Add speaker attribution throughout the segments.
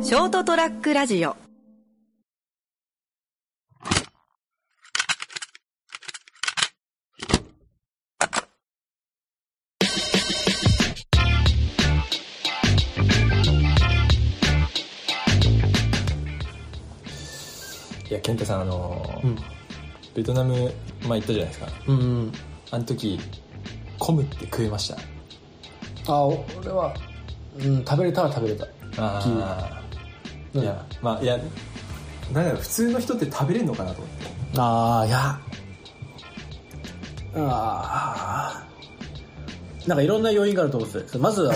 Speaker 1: ショートトラックラジオ
Speaker 2: いや健太さんあのー
Speaker 3: うん
Speaker 2: ベトナム前行ったじゃないですか
Speaker 3: うんうん
Speaker 2: あの時コムって食えました
Speaker 3: あ俺は、うん、食べれたは食べれた
Speaker 2: ああ
Speaker 3: うん
Speaker 2: いやまあいやなんだろう普通の人って食べれるのかなと思って
Speaker 3: ああいやああなんかいろんな要因があると思っててまずあ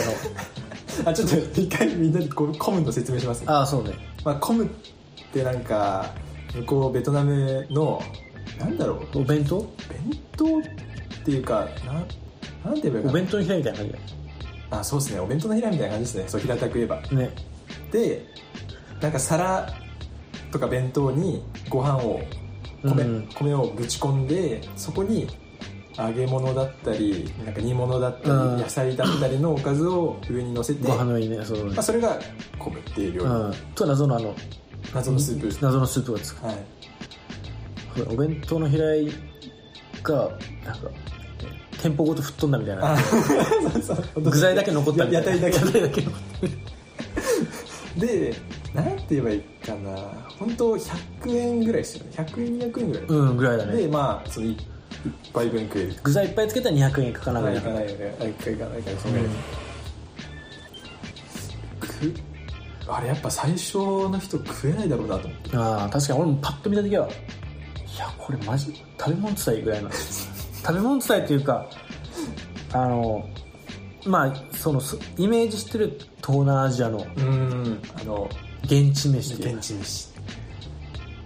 Speaker 3: の
Speaker 2: あちょっと一回みんなでこうコムの説明しますね
Speaker 3: ああそうね
Speaker 2: まあ、コムってなんか向こうベトナムのなんだろう
Speaker 3: お弁当
Speaker 2: 弁当っていうかなんなんて言えばいいか
Speaker 3: お
Speaker 2: な
Speaker 3: 弁当のひらみたいな感じだ
Speaker 2: あそうですねお弁当のひらみたいな感じですねそう平たく言えば
Speaker 3: ね
Speaker 2: でなんか皿とか弁当にご飯を米,、
Speaker 3: うん
Speaker 2: 米をぶち込んでそこに揚げ物だったりなんか煮物だったり、
Speaker 3: うん
Speaker 2: 野菜だったりのおかずを上に乗せて、
Speaker 3: ご飯
Speaker 2: ま
Speaker 3: の上にねそうね
Speaker 2: あ、それがコムっていう料
Speaker 3: う
Speaker 2: 理、
Speaker 3: んと謎のあの
Speaker 2: 謎のスープ、
Speaker 3: 謎のスープがつく
Speaker 2: はい
Speaker 3: お弁当のひらいがなんか店舗ごと吹っ飛んだみたいな
Speaker 2: あそうそう
Speaker 3: 具材だけ残ったみたいな
Speaker 2: や屋台だ
Speaker 3: 屋
Speaker 2: け
Speaker 3: 台だけ残っ
Speaker 2: でなんて言えばいいかな本当100円ぐらいですよね100円200円ぐらい、
Speaker 3: たうんぐらいだね
Speaker 2: でまあその1杯分食える
Speaker 3: 具材いっぱいつけたら200円いくかなぐらい
Speaker 2: 行
Speaker 3: だ
Speaker 2: か
Speaker 3: ね
Speaker 2: ないよね行かないからそんぐらいくあれやっぱ最初の人食えないだろうなと思って
Speaker 3: ああ確かに俺もパッと見た時はいやこれマジ食べ物伝いぐらいな食べ物伝いっていうかあのまあそのそイメージしてる東南アジアの
Speaker 2: うんあの
Speaker 3: 現地飯ってい
Speaker 2: 現
Speaker 3: うか
Speaker 2: 地飯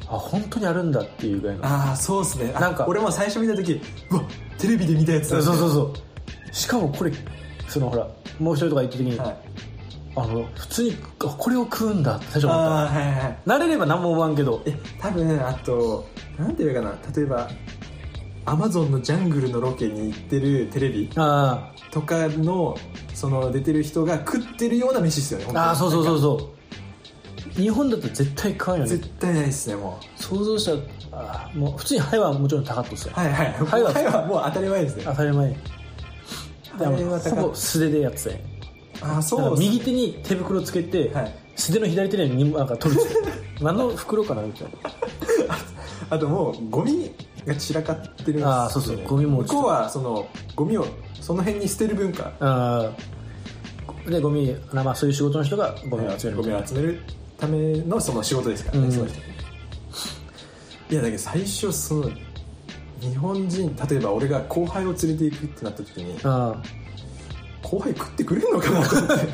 Speaker 3: あ本当にあるんだっていうぐらいの
Speaker 2: ああそうっすねな
Speaker 3: なんん
Speaker 2: か
Speaker 3: か
Speaker 2: 俺も最初見た時うわテレビで見たやつ
Speaker 3: そ
Speaker 2: だ
Speaker 3: うそう
Speaker 2: う
Speaker 3: そうそうしかもこれそのほらもう一人とか行った時に、
Speaker 2: はい
Speaker 3: あの普通にあこれを食うんだって最初思った
Speaker 2: ああーはいはいはい
Speaker 3: 慣れれば何も思わんけど
Speaker 2: え多分あとなんていうのかな例えばアマゾンのジャングルのロケに行ってるテレビ
Speaker 3: あ
Speaker 2: とかのその出てる人が食ってるような飯ですよね
Speaker 3: あああそうそうそう
Speaker 2: う
Speaker 3: そう日本だと絶対食わんよね
Speaker 2: 絶対ないですねも
Speaker 3: 想像したらあーもう普通にハイはもちろん高っとですよ
Speaker 2: うはいはい
Speaker 3: はいは
Speaker 2: はいはもう当たり前ですね
Speaker 3: 当たり前であ
Speaker 2: あれは
Speaker 3: の
Speaker 2: 高い
Speaker 3: ほぼ素手でやってたよ
Speaker 2: あ
Speaker 3: だか
Speaker 2: そ
Speaker 3: ら
Speaker 2: う
Speaker 3: 右手に手袋つけて、
Speaker 2: はい
Speaker 3: 素手の左手になんか取る ってた何の袋かなみたいな
Speaker 2: あともうゴミが散らかってるんですよね
Speaker 3: あーそうそうゴミ
Speaker 2: 向
Speaker 3: も落ちて
Speaker 2: こうはそのゴミをその辺に捨てる文化
Speaker 3: あーでゴミ、まあ、そういう仕事の人がゴミを集めるみ
Speaker 2: ゴミ
Speaker 3: たいな、
Speaker 2: を集めるためのその仕事ですからね、
Speaker 3: うん
Speaker 2: その人いやだけど最初その日本人例えば俺が後輩を連れていくってなった時に
Speaker 3: あ
Speaker 2: 後輩食ってくれるのかなと思 って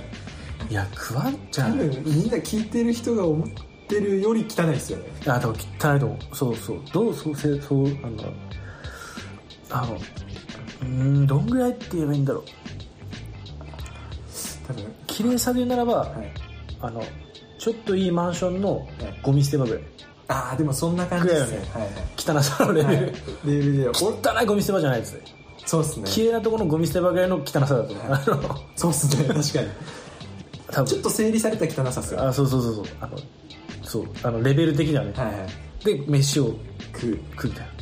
Speaker 3: ーいや食わんじゃ
Speaker 2: 多
Speaker 3: ん
Speaker 2: 分みんな聞いてる人が思ってるより汚いですよね
Speaker 3: あでも汚いと思うそうそうどうそうせそうなんだろうあのうーんどんぐらいって言えばいいんだろう
Speaker 2: 多分
Speaker 3: 綺麗さで言うならば、
Speaker 2: はい
Speaker 3: あのちょっといいマンションのゴミ捨て場ぐらい
Speaker 2: ああでもそんな感じですね
Speaker 3: 食
Speaker 2: はい
Speaker 3: 汚さのレ
Speaker 2: はい
Speaker 3: ベ
Speaker 2: は
Speaker 3: ル、
Speaker 2: いレベルでお
Speaker 3: 汚いゴミ捨て場じゃないですね
Speaker 2: そうっすね
Speaker 3: 綺麗なところのゴミ捨て場ぐらいの汚さだと思うあの
Speaker 2: そうっすね確かに
Speaker 3: 多分
Speaker 2: ちょっと整理された汚さっすよは
Speaker 3: あそうそうそうそうあのそうあのレベル的にはね、
Speaker 2: いはい
Speaker 3: で飯を
Speaker 2: 食う
Speaker 3: 食うみたいな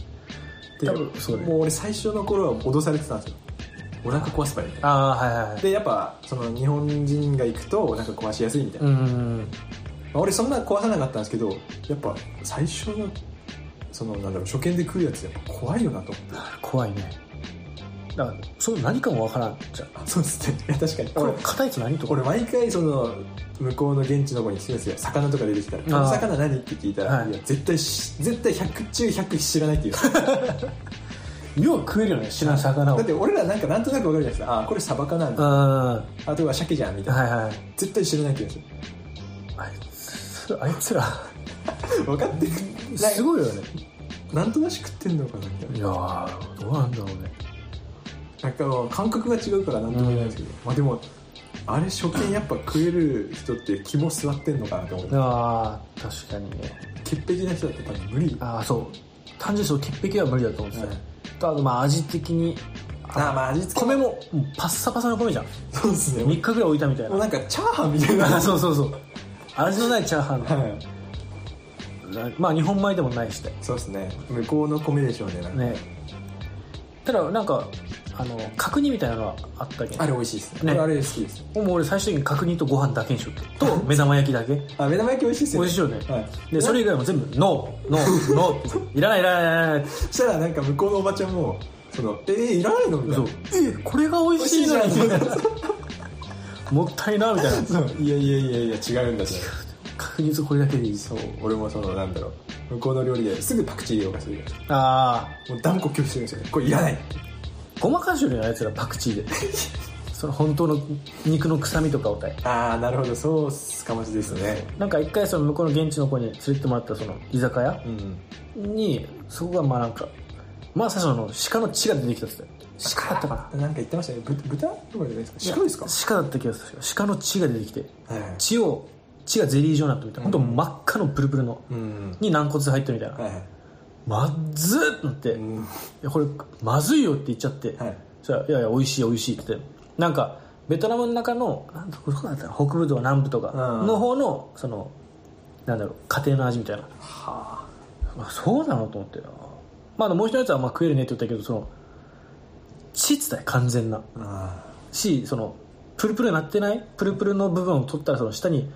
Speaker 2: で
Speaker 3: 多分そうね
Speaker 2: もう俺最初の頃は脅されてたんですよお腹壊すばいみたいな
Speaker 3: ああはいはいはい
Speaker 2: でやっぱその日本人が行くとお腹壊しやすいみたいな、
Speaker 3: うんうんうん
Speaker 2: まあ俺そんな壊さなかったんですけどやっぱ最初のそのなんだろう初見で食うやつやっぱ怖いよなと思って
Speaker 3: 怖いねだからそれ何かもわからんじゃん
Speaker 2: あ そうですねい や確かに
Speaker 3: これ
Speaker 2: 俺
Speaker 3: 硬いやつ何とか
Speaker 2: 俺毎回その向こうの現地の子にすいません魚とか出てきたら「この魚何?」って聞いたら「
Speaker 3: はい
Speaker 2: い、や絶対し絶対100中100知らない」っていう
Speaker 3: 量食えるよね知らん魚を
Speaker 2: だって俺らなんかなんとなく分かるじゃないですか「あこれサバかなん
Speaker 3: う
Speaker 2: だ
Speaker 3: んは
Speaker 2: あとは鮭じゃん」み
Speaker 3: い
Speaker 2: たいな
Speaker 3: はい
Speaker 2: 絶対知らないって言うんですよ
Speaker 3: あいつあいつら
Speaker 2: 分かってる
Speaker 3: すごいよね
Speaker 2: なんとなく食ってんのかなみたいない
Speaker 3: やーどうなんだろうね
Speaker 2: なんかもう感覚が違うからなんとも言えないですけど、まあでもあれ初見やっぱ食える人って肝座ってんのかなと思って
Speaker 3: ああ確かにね
Speaker 2: 潔癖な人だって多分無理
Speaker 3: ああそう単純にそう潔癖は無理だと思ってた、
Speaker 2: は
Speaker 3: ね
Speaker 2: い
Speaker 3: あとまあ味的に
Speaker 2: ああまあ味付け
Speaker 3: 米ももうパッサパサの米じゃん
Speaker 2: そうですね
Speaker 3: 3日ぐらい置いたみたい
Speaker 2: もう
Speaker 3: な
Speaker 2: な んかチャーハンみたいな
Speaker 3: あそうそうそう味のないチャーハン
Speaker 2: はい
Speaker 3: なまあ日本米でもないしで
Speaker 2: そうですね向こうの米でしょうねなんか
Speaker 3: ねただなんかあの角煮みたいなのはあったけど
Speaker 2: あれ美味しいですね
Speaker 3: ね
Speaker 2: あれ好きです
Speaker 3: もう俺最終的に角煮とご飯だけにしよ うと目玉焼きだけ
Speaker 2: あ目玉焼き美味しいですよね
Speaker 3: 美味しいよね
Speaker 2: はい
Speaker 3: でそれ以外も全部ノーノーノーいらないいらないいらない
Speaker 2: そしたらなんか向こうのおばちゃんもそのえいらないのみたい
Speaker 3: そ
Speaker 2: な
Speaker 3: うえこれが美味しいのに
Speaker 2: 美味しいじゃん
Speaker 3: もったいなみたいな
Speaker 2: そういやいやいやいや違うんだね
Speaker 3: 確実これだけでいい
Speaker 2: そう俺もそのなんだろう向こうの料理ですぐパクチー入れようかするじゃない
Speaker 3: あ
Speaker 2: もう断固拒否してるんですよねこれいらない
Speaker 3: あごまかしよりのやつらパクチーでその本当の肉の臭みとかをたい
Speaker 2: ああなるほどそうっすかもしれないですね
Speaker 3: なんか一回その向こうの現地の子に連れてってもらったその居酒屋
Speaker 2: うん
Speaker 3: にそこがまあなんかまあ最初の鹿の血が出てきたっつって鹿だったかな
Speaker 2: なんか言ってましたねぶ豚とかじゃないですか鹿ですか
Speaker 3: 鹿だった気がする鹿の血が出てきて
Speaker 2: はい
Speaker 3: 血を血がゼリー状になったみたいな、ほん、本当真っ赤のブルブルの
Speaker 2: うん
Speaker 3: に軟骨入ってるみたいな、
Speaker 2: はい
Speaker 3: まっずーってなって、い
Speaker 2: うん
Speaker 3: やこれまずいよって言っちゃって、
Speaker 2: はい
Speaker 3: そしたらいやいや美味しい美味しいって言ってなんかベトナムの中のなんだどこだったの北部とか南部とか
Speaker 2: うん
Speaker 3: の方のそのなんだろう家庭の味みたいな
Speaker 2: は
Speaker 3: あそうなのと思ってまあでももう一つはまあ食えるねって言ったけどその血っつったよ完全な
Speaker 2: あ
Speaker 3: しそのプルプルなってないプルプルの部分を取ったらその下に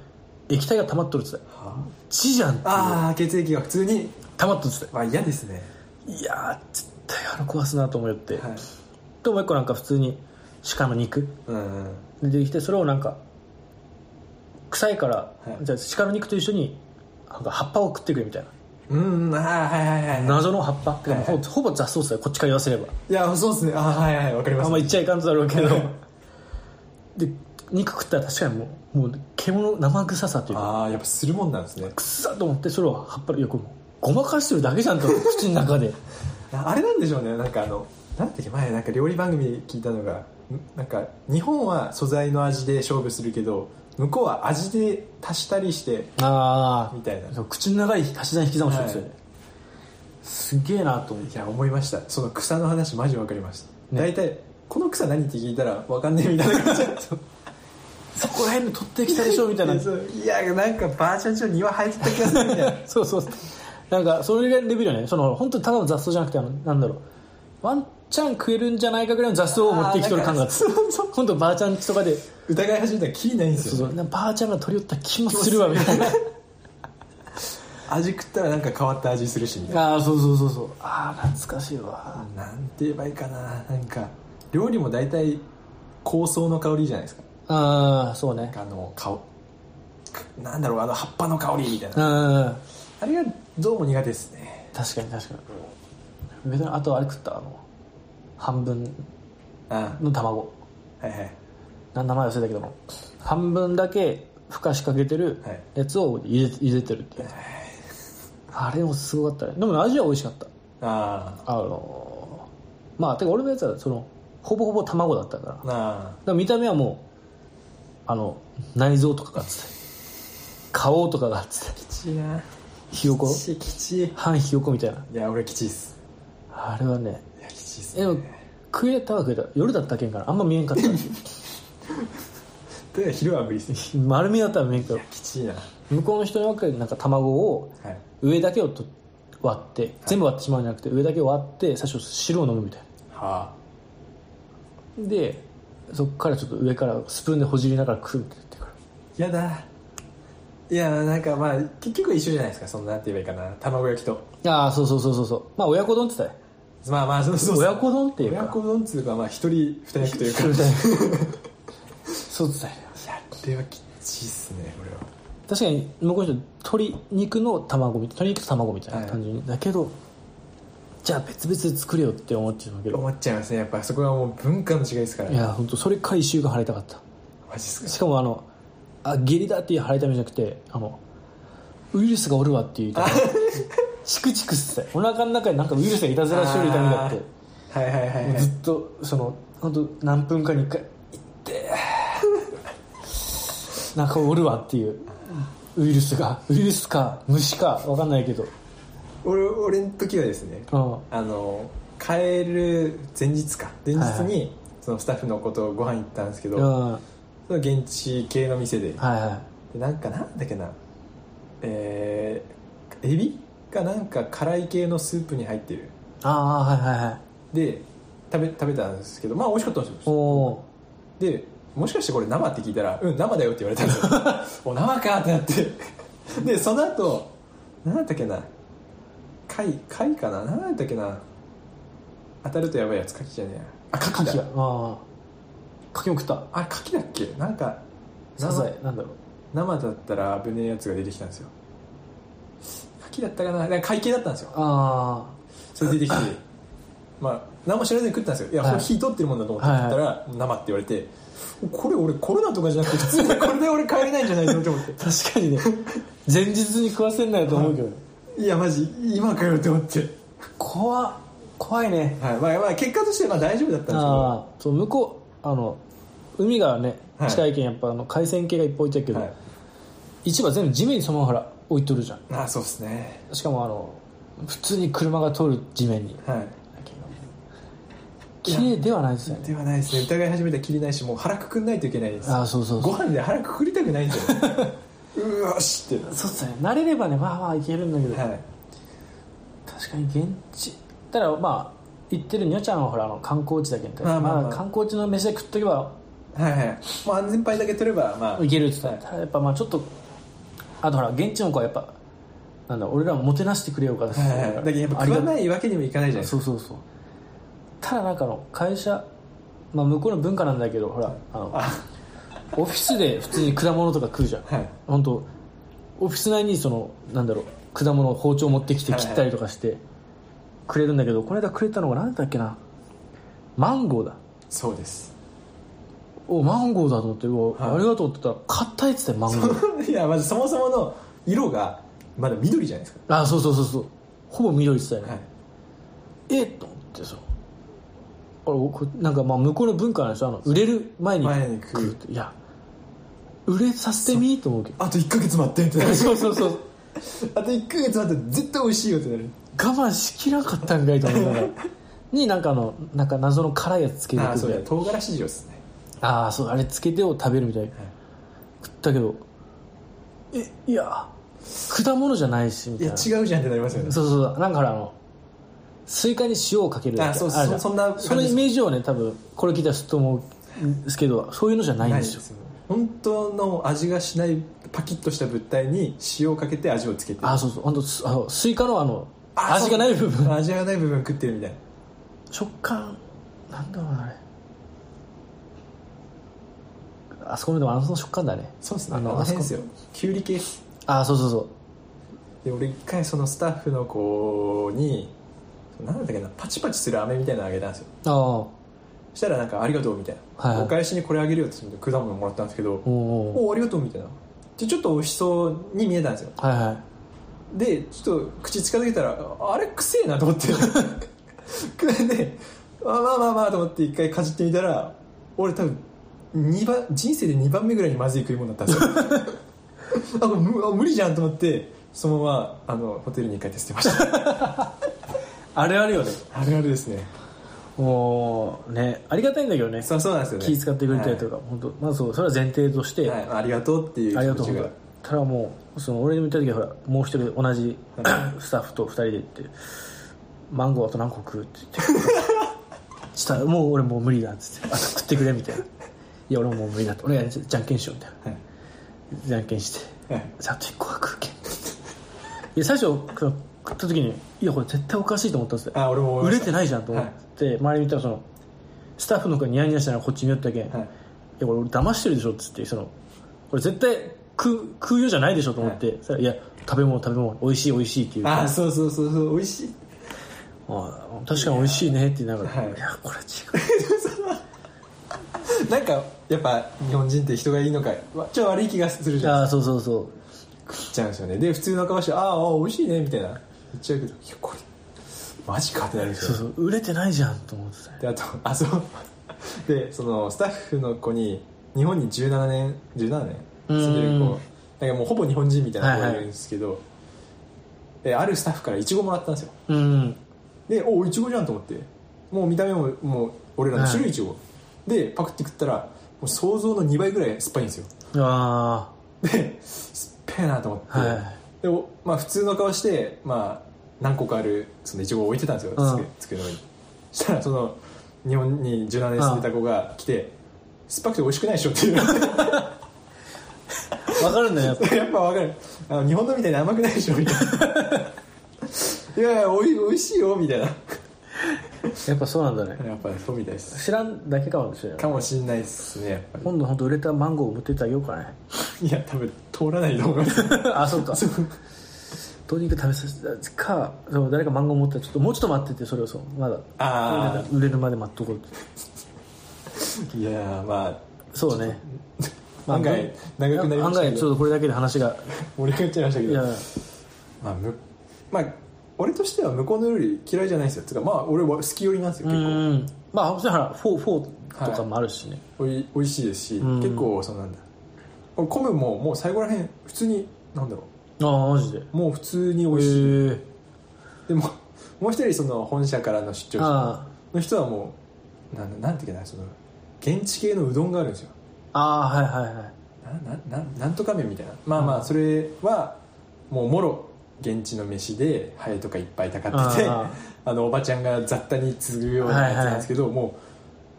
Speaker 3: 液体が溜まっとるっつったよ
Speaker 2: あ
Speaker 3: 血じゃんっていう
Speaker 2: ああ血液が普通に
Speaker 3: 溜まっとるっつったよ
Speaker 2: まあ嫌ですね
Speaker 3: いやー絶対あの壊すなと思いよって、
Speaker 2: はい
Speaker 3: でもう一個なんか普通に鹿の肉
Speaker 2: うんうん
Speaker 3: でできてそれをなんか臭いから、
Speaker 2: はい
Speaker 3: じゃあ鹿の肉と一緒になんか葉っぱを食ってくれみたいな
Speaker 2: うんうんああはいはいはいはい
Speaker 3: 謎の葉っぱ、てかもうほほぼ雑草っすよこっちから言わせれば
Speaker 2: いやそうですねああはいはいわかりま
Speaker 3: あ
Speaker 2: す
Speaker 3: んま言っちゃいかんとだろうけど
Speaker 2: はい
Speaker 3: で肉食ったら確かにもうもう獣生臭さというか
Speaker 2: ああやっぱするもんなんですね
Speaker 3: くっさと思ってそれを葉っぱでいやこれもうごまかしてるだけじゃ んと口の中で
Speaker 2: ああれなんでしょうねなんかあのなんだっけ前なんか料理番組聞いたのがんなんか日本は素材の味で勝負するけど向こうは味で足したりして
Speaker 3: あ
Speaker 2: みたいな
Speaker 3: あ口の中で足し算引き算をしてるんですよね、
Speaker 2: はい
Speaker 3: すげえなと思って
Speaker 2: いや思いましたその草の話マジ分かりました、
Speaker 3: ね
Speaker 2: 大体この草何って聞いたら分かんねえみたいな感じ そう
Speaker 3: そこら辺の取ってきたでしょみたいな
Speaker 2: そういやなんかバージョン上庭生えてた気がするみたいな
Speaker 3: そうそうなんかそれぐらいのレベルよねその本当にただの雑草じゃなくてあのなんだろうワンチャン食えるんじゃないかぐらいの雑草を持ってきとる感があって
Speaker 2: あーなんかそう
Speaker 3: 本当ばあちゃんちとかで
Speaker 2: 疑い始めたらキリないんです
Speaker 3: そう
Speaker 2: よ
Speaker 3: そうなんかばあちゃんが取り寄った気もするわみたいな
Speaker 2: 味食ったらなんか変わった味するしみたい
Speaker 3: ああそうそうそうそうああ懐かしいわ
Speaker 2: ななんて言えばいいかななんか料理も大体香草の香りじゃないですか
Speaker 3: ああそうね
Speaker 2: あの顔なんだろうあの葉っぱの香りみたいな
Speaker 3: うん
Speaker 2: あれがどうも苦手ですね
Speaker 3: 確かに確かに別にあとあれ食ったあの半分
Speaker 2: あ
Speaker 3: の卵
Speaker 2: はいはい
Speaker 3: な名前忘れたけども半分だけふかしかけてる
Speaker 2: はい
Speaker 3: やつを茹で茹でてるっていうあれもすごかったねでも味は美味しかった
Speaker 2: あ
Speaker 3: あのーまあてか俺のやつはそのほぼほぼ卵だったからだか
Speaker 2: ああ
Speaker 3: ら見た目はもうあの内臓とかがつって顔とかがつって
Speaker 2: きちいな
Speaker 3: ひよこ
Speaker 2: きちいきちい
Speaker 3: 半ひよこみたいない
Speaker 2: や俺きちいっす
Speaker 3: あれはね
Speaker 2: いやきちいっす
Speaker 3: えでも食えたは食えた夜だったけんからあんま見えんかった
Speaker 2: で昼は無理 っすき
Speaker 3: 丸見えだったら見えんけど
Speaker 2: ちいなは
Speaker 3: 向こうの人にわけなんか卵を
Speaker 2: い
Speaker 3: 上だけをと割って全部割ってしまうんじゃなくて上だけを割って最初汁を飲むみたい
Speaker 2: は
Speaker 3: なでそっからちょっと上からスプーンでほじりながら食うって言ってから
Speaker 2: あやだいやなんかまあ結局一緒じゃないですかそのなんて言えばいいかな卵焼きと
Speaker 3: ああそうそうそうそうそうまあ親子丼って言ったよ
Speaker 2: まあまあそうそうそう
Speaker 3: 親子丼っていうか
Speaker 2: 親子丼っつうかまあ一人二役というかい
Speaker 3: そうって言ったよ
Speaker 2: やあれはきちいっすね俺は
Speaker 3: 確かに向こうの人鶏肉の卵みたい鶏肉と卵みたい
Speaker 2: は
Speaker 3: ない単純にだけどじゃあ別々で作れよって思ってしまうけど
Speaker 2: 思っちゃいますねやっぱそこはもう文化の違いですから
Speaker 3: いや本当それか一週間払いたかった
Speaker 2: マジっすか
Speaker 3: しかもあのあ下痢だっていう払いためじゃなくてあのウイルスがおるわっていうチクチクしてたよお腹の中になんかウイルスがいたずらしよる痛みがあって
Speaker 2: あーはいはいはい、はい、
Speaker 3: ずっとその本当何分かに1回「行って」 なんかおるわっていうウイルスがウイルスか虫か分かんないけど
Speaker 2: 俺俺の時はですね
Speaker 3: うん
Speaker 2: あの帰る前日か前日
Speaker 3: はい
Speaker 2: にそのスタッフの子とご飯行ったんですけど、
Speaker 3: うんは
Speaker 2: その現地系の店で
Speaker 3: いはい
Speaker 2: でなんかなんだっけなえーエビがなんか辛い系のスープに入ってる
Speaker 3: ああーはいはいはい
Speaker 2: で食べ食べたんですけどまあ美味しかったんです
Speaker 3: お
Speaker 2: よ
Speaker 3: お
Speaker 2: でもしかしてこれ生って聞いたら「うん生だよ」って言われたんですよ お生かってなってでその後何だったっけな貝貝かな何だったっけな当たるとやばいやつ牡蠣じゃねえやあ牡蠣
Speaker 3: 牡蠣が
Speaker 2: だ
Speaker 3: ああ牡蠣も食った
Speaker 2: あれ牡蠣だっけなんか
Speaker 3: サザエなんだろう
Speaker 2: 生だったら危ねえやつが出てきたんですよ牡蠣だったかななんか会計だったんですよ
Speaker 3: あ
Speaker 2: それ出てきて まあ何も知らずに食ったんですよいや、
Speaker 3: はい
Speaker 2: これ火取ってるもんだと思って食ったら、生って言われてこれ俺コロナとかじゃなくて普通にこれで俺帰れないんじゃないのと思っ
Speaker 3: あ確かにね前日に食わせんなよと思うけど、ね、
Speaker 2: ていやマジ今かよって思って、
Speaker 3: 怖っ怖いね
Speaker 2: はいまあまあ、結果としてまあ大丈夫だったんですけど
Speaker 3: ああそう向こうあの海がね
Speaker 2: はい
Speaker 3: 近いけんやっぱあの海鮮系がいっぱい置いてるけど、
Speaker 2: はい
Speaker 3: 市場全部地面にそのままほら置いとるじゃん
Speaker 2: ああそうですね
Speaker 3: しかもあの普通に車が通る地面に
Speaker 2: はい
Speaker 3: 綺麗ではないですよね
Speaker 2: ではないですね疑い始めたらきりないしもう腹くくんないといけないです
Speaker 3: ああそうそうそう
Speaker 2: ご飯で腹くくりたくないんだよ うわしって
Speaker 3: そうっすね慣れればねわあわあいけるんだけど、
Speaker 2: はい
Speaker 3: 確かに現地ただまあ行ってるにょちゃんはほらあの観光地だけど、
Speaker 2: まあまあまあ
Speaker 3: まあ観光地の飯で食っとけば
Speaker 2: はいはいもう安全牌だけ取ればまあ
Speaker 3: いけるって言ったらやっぱまあちょっとあとほら現地の子はやっぱなんだ俺らももてなしてくれようかだ
Speaker 2: はいはいだけどやっぱ食わないわけにもいかないじゃないです
Speaker 3: そうそうそうただなんかあの会社、まあ、向こうの文化なんだけどほらあの
Speaker 2: か
Speaker 3: オフィスで普通に果物とか食うじゃん
Speaker 2: はい
Speaker 3: 本当オフィス内にそのなんだろう果物を包丁持ってきて
Speaker 2: はいはい
Speaker 3: 切ったりとかしてくれるんだけど、この間くれたのが何だっけなマンゴーだ
Speaker 2: そうです
Speaker 3: おマンゴーだと思ってうわ、
Speaker 2: はい
Speaker 3: ありがとうって言ったら硬いっつってマンゴー
Speaker 2: いやまずそもそもの色がまだ緑じゃないです
Speaker 3: あそうそうそうそうほぼ緑っつったよね、
Speaker 2: かはい
Speaker 3: えっと思ってさあれこれなんかまあ向こうの文化なんですよあの売れる前に
Speaker 2: 前に食う
Speaker 3: 食うっていや売れさせてみーと思うけど
Speaker 2: あと1ヶ月待ってって
Speaker 3: そうそうそう
Speaker 2: あと1ヶ月待って絶対美味しいよってなる
Speaker 3: 我慢しきらなかったんかいと思いなが らになんかあのなんか謎の辛いやつつけて
Speaker 2: あ
Speaker 3: く
Speaker 2: あそう
Speaker 3: る
Speaker 2: だ
Speaker 3: みたい
Speaker 2: 唐辛子塩ですね
Speaker 3: なああそうあれつけてを食べるみたいな、食ったけどえいや果物じゃないしみ
Speaker 2: い
Speaker 3: たい
Speaker 2: や
Speaker 3: な
Speaker 2: 違うじゃんってなりますよね
Speaker 3: そうそうなんかほらあのスイカに塩をかけるやつ
Speaker 2: あそう
Speaker 3: るじゃ
Speaker 2: そそんな感じ
Speaker 3: そのイメージをね多分これ聞いたらすっと思うんですけどそういうのじゃないん
Speaker 2: ない
Speaker 3: で
Speaker 2: です
Speaker 3: よ
Speaker 2: すよ本当の味がしないパキッとした物体に塩をかけて味をつけて
Speaker 3: あそうそう本当すあのスイカのあの
Speaker 2: あ
Speaker 3: 味がない部分
Speaker 2: 味がない部分食ってるみたいな
Speaker 3: 食感なんだろうなあれあそこのでもあの食感だね
Speaker 2: そうですね
Speaker 3: あ
Speaker 2: あ
Speaker 3: の
Speaker 2: の辺ですよきゅうり系っす
Speaker 3: あそうそうそう
Speaker 2: で俺一回そのスタッフの子に何だったっけなパチパチする飴みたいなのあげたんですよ
Speaker 3: ああお
Speaker 2: そしたらなんか「ありがとう」みたいな、
Speaker 3: はいはい
Speaker 2: お返しにこれあげるよって言って果物もらったんですけど「
Speaker 3: ーお
Speaker 2: おおありがとう」みたいなでちょっと美味しそうに見えたんですよ
Speaker 3: ーはいはい
Speaker 2: でちょっと口近づけたらああれくせえなと思って であまあまあまあと思って一回かじってみたら俺多分二番人生で2番目ぐらいにまずい食い物だったんですよ あこれ無あ無理じゃんと思ってそのままあのホテルに帰って捨てました
Speaker 3: あれあるよね
Speaker 2: あるあるですね
Speaker 3: もうねありがたいんだけどね
Speaker 2: そうそうなんですよね
Speaker 3: 気使ってくれたりとか、本当まあそうそれは前提として、
Speaker 2: はい、はいありがとうっていう
Speaker 3: ありが
Speaker 2: 気
Speaker 3: と
Speaker 2: 持
Speaker 3: う
Speaker 2: ち
Speaker 3: 本
Speaker 2: が
Speaker 3: 当ただもうその俺にも言った時はほらもう一人同じスタッフと二人で行って「マンゴーあと何個食う?」って言って「したらもう俺もう無理だ」っつって「あと食ってくれ」みたいな「いや俺ももう無理だ」って「俺がじゃんけんしよう」みたい
Speaker 2: はい
Speaker 3: なじゃんけんして
Speaker 2: はい
Speaker 3: 「あと一個は食うけん」いや最初食った時に「いやこれ絶対おかしいと思ったんですよ
Speaker 2: あ俺も思
Speaker 3: 売
Speaker 2: いま
Speaker 3: れ
Speaker 2: した
Speaker 3: てないじゃんと思って、周り見たらそのスタッフの子がニヤニヤしながらこっち見よったけん、
Speaker 2: はい
Speaker 3: いやこれ俺騙してるでしょっつってそのこれ絶対食う食うようじゃないでしょと思って、そしたらいや食べ物食べ物美味しい美味しいっていう
Speaker 2: あ
Speaker 3: あ
Speaker 2: そうそうそうそう美味しい
Speaker 3: あ確かに美味しいねって言いながら「
Speaker 2: はい
Speaker 3: い、やこれ違う
Speaker 2: なんかやっぱ日本人って人がいいのかわちょっと悪い気がする」じゃん
Speaker 3: ああそうそうそう
Speaker 2: 食っちゃうんですよねで普通の顔して「あああ美味しいね」みたいな言っちゃうけど「いやこれマジか」ってなるんです
Speaker 3: そう
Speaker 2: よ
Speaker 3: そう売れてないじゃんと思ってた
Speaker 2: であとあそう でそのスタッフの子に日本に17年17年住んでる
Speaker 3: うん
Speaker 2: 子なんかもうほぼ日本人みたいな子が
Speaker 3: はい
Speaker 2: い
Speaker 3: はい
Speaker 2: るんですけど、であるスタッフからイチゴもらったんですよ
Speaker 3: うん
Speaker 2: でおいちごじゃんと思ってもう見た目ももう俺らの種類いちごでパクって食ったらもう想像の2倍ぐらい酸っぱいんですよ
Speaker 3: あ
Speaker 2: で酸っぱいなと思って、
Speaker 3: あはい
Speaker 2: でおまあ普通の顔して、まあ、何個かあるそのイチゴを置いてたんですよ、
Speaker 3: うん
Speaker 2: 机机の上にしたらその日本に17年住んでた子が来て「酸っぱくて美味しくないでしょ」っていう
Speaker 3: わかるんだよやっぱ
Speaker 2: やっぱ分かるあの日本のみたいに甘くないで しょみたいないやいやおい美味しいよみたいな
Speaker 3: やっぱそうなんだね
Speaker 2: やっぱそうみたいです
Speaker 3: 知らんだけかもしれない
Speaker 2: かもしんないっすねやっぱ
Speaker 3: 今度本当売れたマンゴー持ってってあげようかね
Speaker 2: りいや多分通らないと思います
Speaker 3: あそうかどうにか食べさせてかそう誰かマンゴー持ってたらちょっともうちょっと待っててそれをそうまだ
Speaker 2: あ
Speaker 3: 売れるまで待っとこう
Speaker 2: あいやーまあ
Speaker 3: そうねまあ
Speaker 2: 案外長くなりま
Speaker 3: 案
Speaker 2: したけ
Speaker 3: 外ちょ
Speaker 2: ど
Speaker 3: っとこれだけで話が
Speaker 2: 盛り上がっちゃいましたけ
Speaker 3: い
Speaker 2: ど
Speaker 3: や
Speaker 2: まあむまあ俺としては向こうの料理嫌いじゃないですよつうかまあ俺は好き寄りなんですよ
Speaker 3: う
Speaker 2: 結構
Speaker 3: んまあほらフォーフォーとかもあるしね、
Speaker 2: おい美味しいですし
Speaker 3: ん
Speaker 2: 結構そのなんだ俺昆布ももう最後らへん普通になんだろ
Speaker 3: ああマジでへ
Speaker 2: うもう普通に美味しい
Speaker 3: え
Speaker 2: でももう一人その本社からの出張者
Speaker 3: あ
Speaker 2: の人はもうなんだなんていうかなその現地系のうどんがあるんですよ
Speaker 3: あああはいはいはい
Speaker 2: ななななんとか麺みたいなまあまあそれはもうもろ現地の飯でハエとかいっぱいたかってて
Speaker 3: あ
Speaker 2: あのおばちゃんが雑多に継ぐようなやつなんですけど、も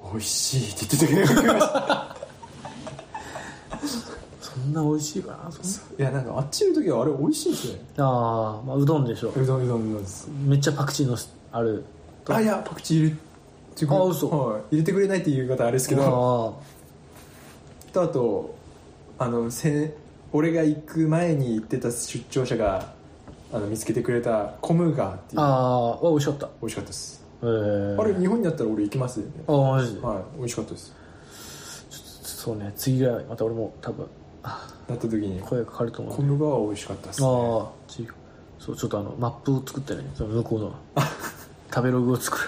Speaker 2: う美味しいって言ってたけど
Speaker 3: そんな美味しいかなそんない
Speaker 2: やなんかあっちいる時はあれ美味しいですね
Speaker 3: ああ、まあ、うどんでしょ
Speaker 2: うどんうどんうどんです
Speaker 3: めっちゃパクチーのすある
Speaker 2: あいやパクチー入れてくれ
Speaker 3: あ嘘
Speaker 2: はい、入れてくれないっていう言い方あれですけど
Speaker 3: あ
Speaker 2: とあとあのせ俺が行く前に行ってた出張者があの見つけてくれたコムガーって
Speaker 3: あ
Speaker 2: いう
Speaker 3: ああ美味しかったへ
Speaker 2: 美味しかったです
Speaker 3: え
Speaker 2: あれ日本にあったら俺行きますよね
Speaker 3: あマジで
Speaker 2: はい美味しかったです
Speaker 3: そうね次はまた俺も多分あ
Speaker 2: なった時に
Speaker 3: 声がかかると思う
Speaker 2: コ
Speaker 3: んで
Speaker 2: ムガは美味しかったですね
Speaker 3: ああ次そうちょっとあのマップを作ってねその向こ うの食べログを作る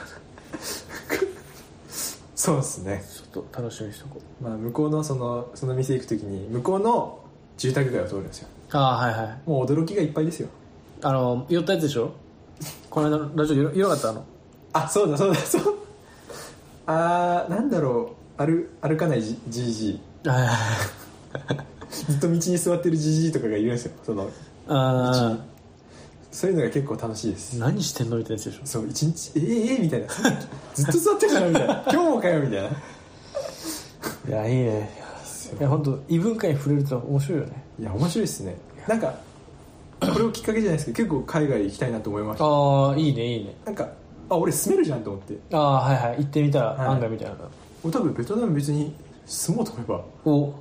Speaker 2: そうですね
Speaker 3: ちょっと楽しみにしとこう
Speaker 2: まあ向こうのそのその店行く時に向こうの住宅街を通るんですよ
Speaker 3: ああはいはい
Speaker 2: もう驚きがいっぱいですよ
Speaker 3: あの寄ったやつでしょこの間のラジオよよかったあの
Speaker 2: あそうだそうだそうあーなんだろう歩歩かないじじいじ
Speaker 3: あ
Speaker 2: ずっと道に座ってるじじいとかがいるんですよその
Speaker 3: ああ
Speaker 2: そういうのが結構楽しいです
Speaker 3: 何してんのみたいなやつでしょ
Speaker 2: そう一日えー、えー、みたいなずっと座ってるからみたいな今日もかよみたいない
Speaker 3: やいいねいや本当異文化に触れると面白いよね
Speaker 2: いや面白いですねなんかこれをきっかけじゃないですけど結構海外行きたいなと思いました
Speaker 3: ああいいねいいね
Speaker 2: なんかあ俺住めるじゃんと思って
Speaker 3: ああはいはい行ってみた
Speaker 2: は
Speaker 3: ら
Speaker 2: い
Speaker 3: 案外みたいな、
Speaker 2: 俺多分ベトナム別に住もうと思え
Speaker 3: お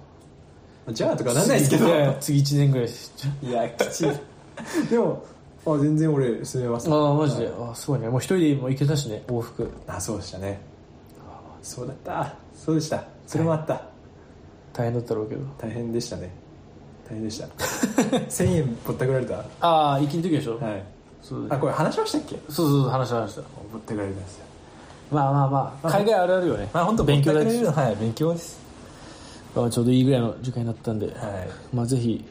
Speaker 2: ばじゃあとかなんないですけど
Speaker 3: いやいや次1年ぐらいし
Speaker 2: いやきちい でもあ全然俺住めます
Speaker 3: ああマジでああすごいねもう一人でも行けたしね往復
Speaker 2: あそうでしたねそうだったそうでしたそれもあった、
Speaker 3: 大変だったろうけど
Speaker 2: 大変でしたね大変でした 1000円ぼったくられたは
Speaker 3: ああ行きの時でしょ、
Speaker 2: い
Speaker 3: そうだ
Speaker 2: あ
Speaker 3: ね
Speaker 2: これ話しましたっけ
Speaker 3: そうそうそう話した話した
Speaker 2: ぼったくられたんですよ
Speaker 3: まあまあまあ海外あるあるよね
Speaker 2: まあ本当
Speaker 3: 勉強
Speaker 2: ぼ
Speaker 3: だ
Speaker 2: った
Speaker 3: し
Speaker 2: くられるのはい勉強です
Speaker 3: ああちょうどいいぐらいの時間になったんで、
Speaker 2: は
Speaker 3: まあぜひ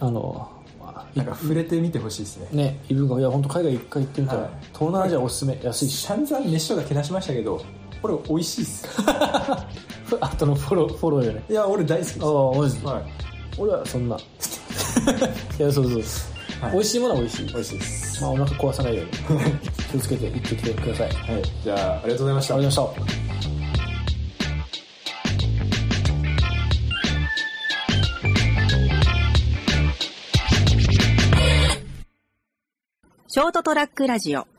Speaker 3: あの、
Speaker 2: い
Speaker 3: まあ
Speaker 2: なんか触れてみてほしいですね
Speaker 3: いね異文化いや本当海外一回行ってみたら、
Speaker 2: はい
Speaker 3: 東南アジアおすすめ安いし
Speaker 2: 散々飯とかけなしましたけどこれ美味しいっす
Speaker 3: あとのフォローフォローよね
Speaker 2: いや俺大好きですは
Speaker 3: ああマジで、
Speaker 2: い
Speaker 3: 俺はそんな いやそうそう、
Speaker 2: はい
Speaker 3: 美味しいものは美味しい
Speaker 2: 美味しいです
Speaker 3: まあ、お腹壊さない ように気をつけて行ってきてください。ありがとう
Speaker 2: はいじゃあありがとうございました
Speaker 3: ございました。
Speaker 1: ショートトラックラジオ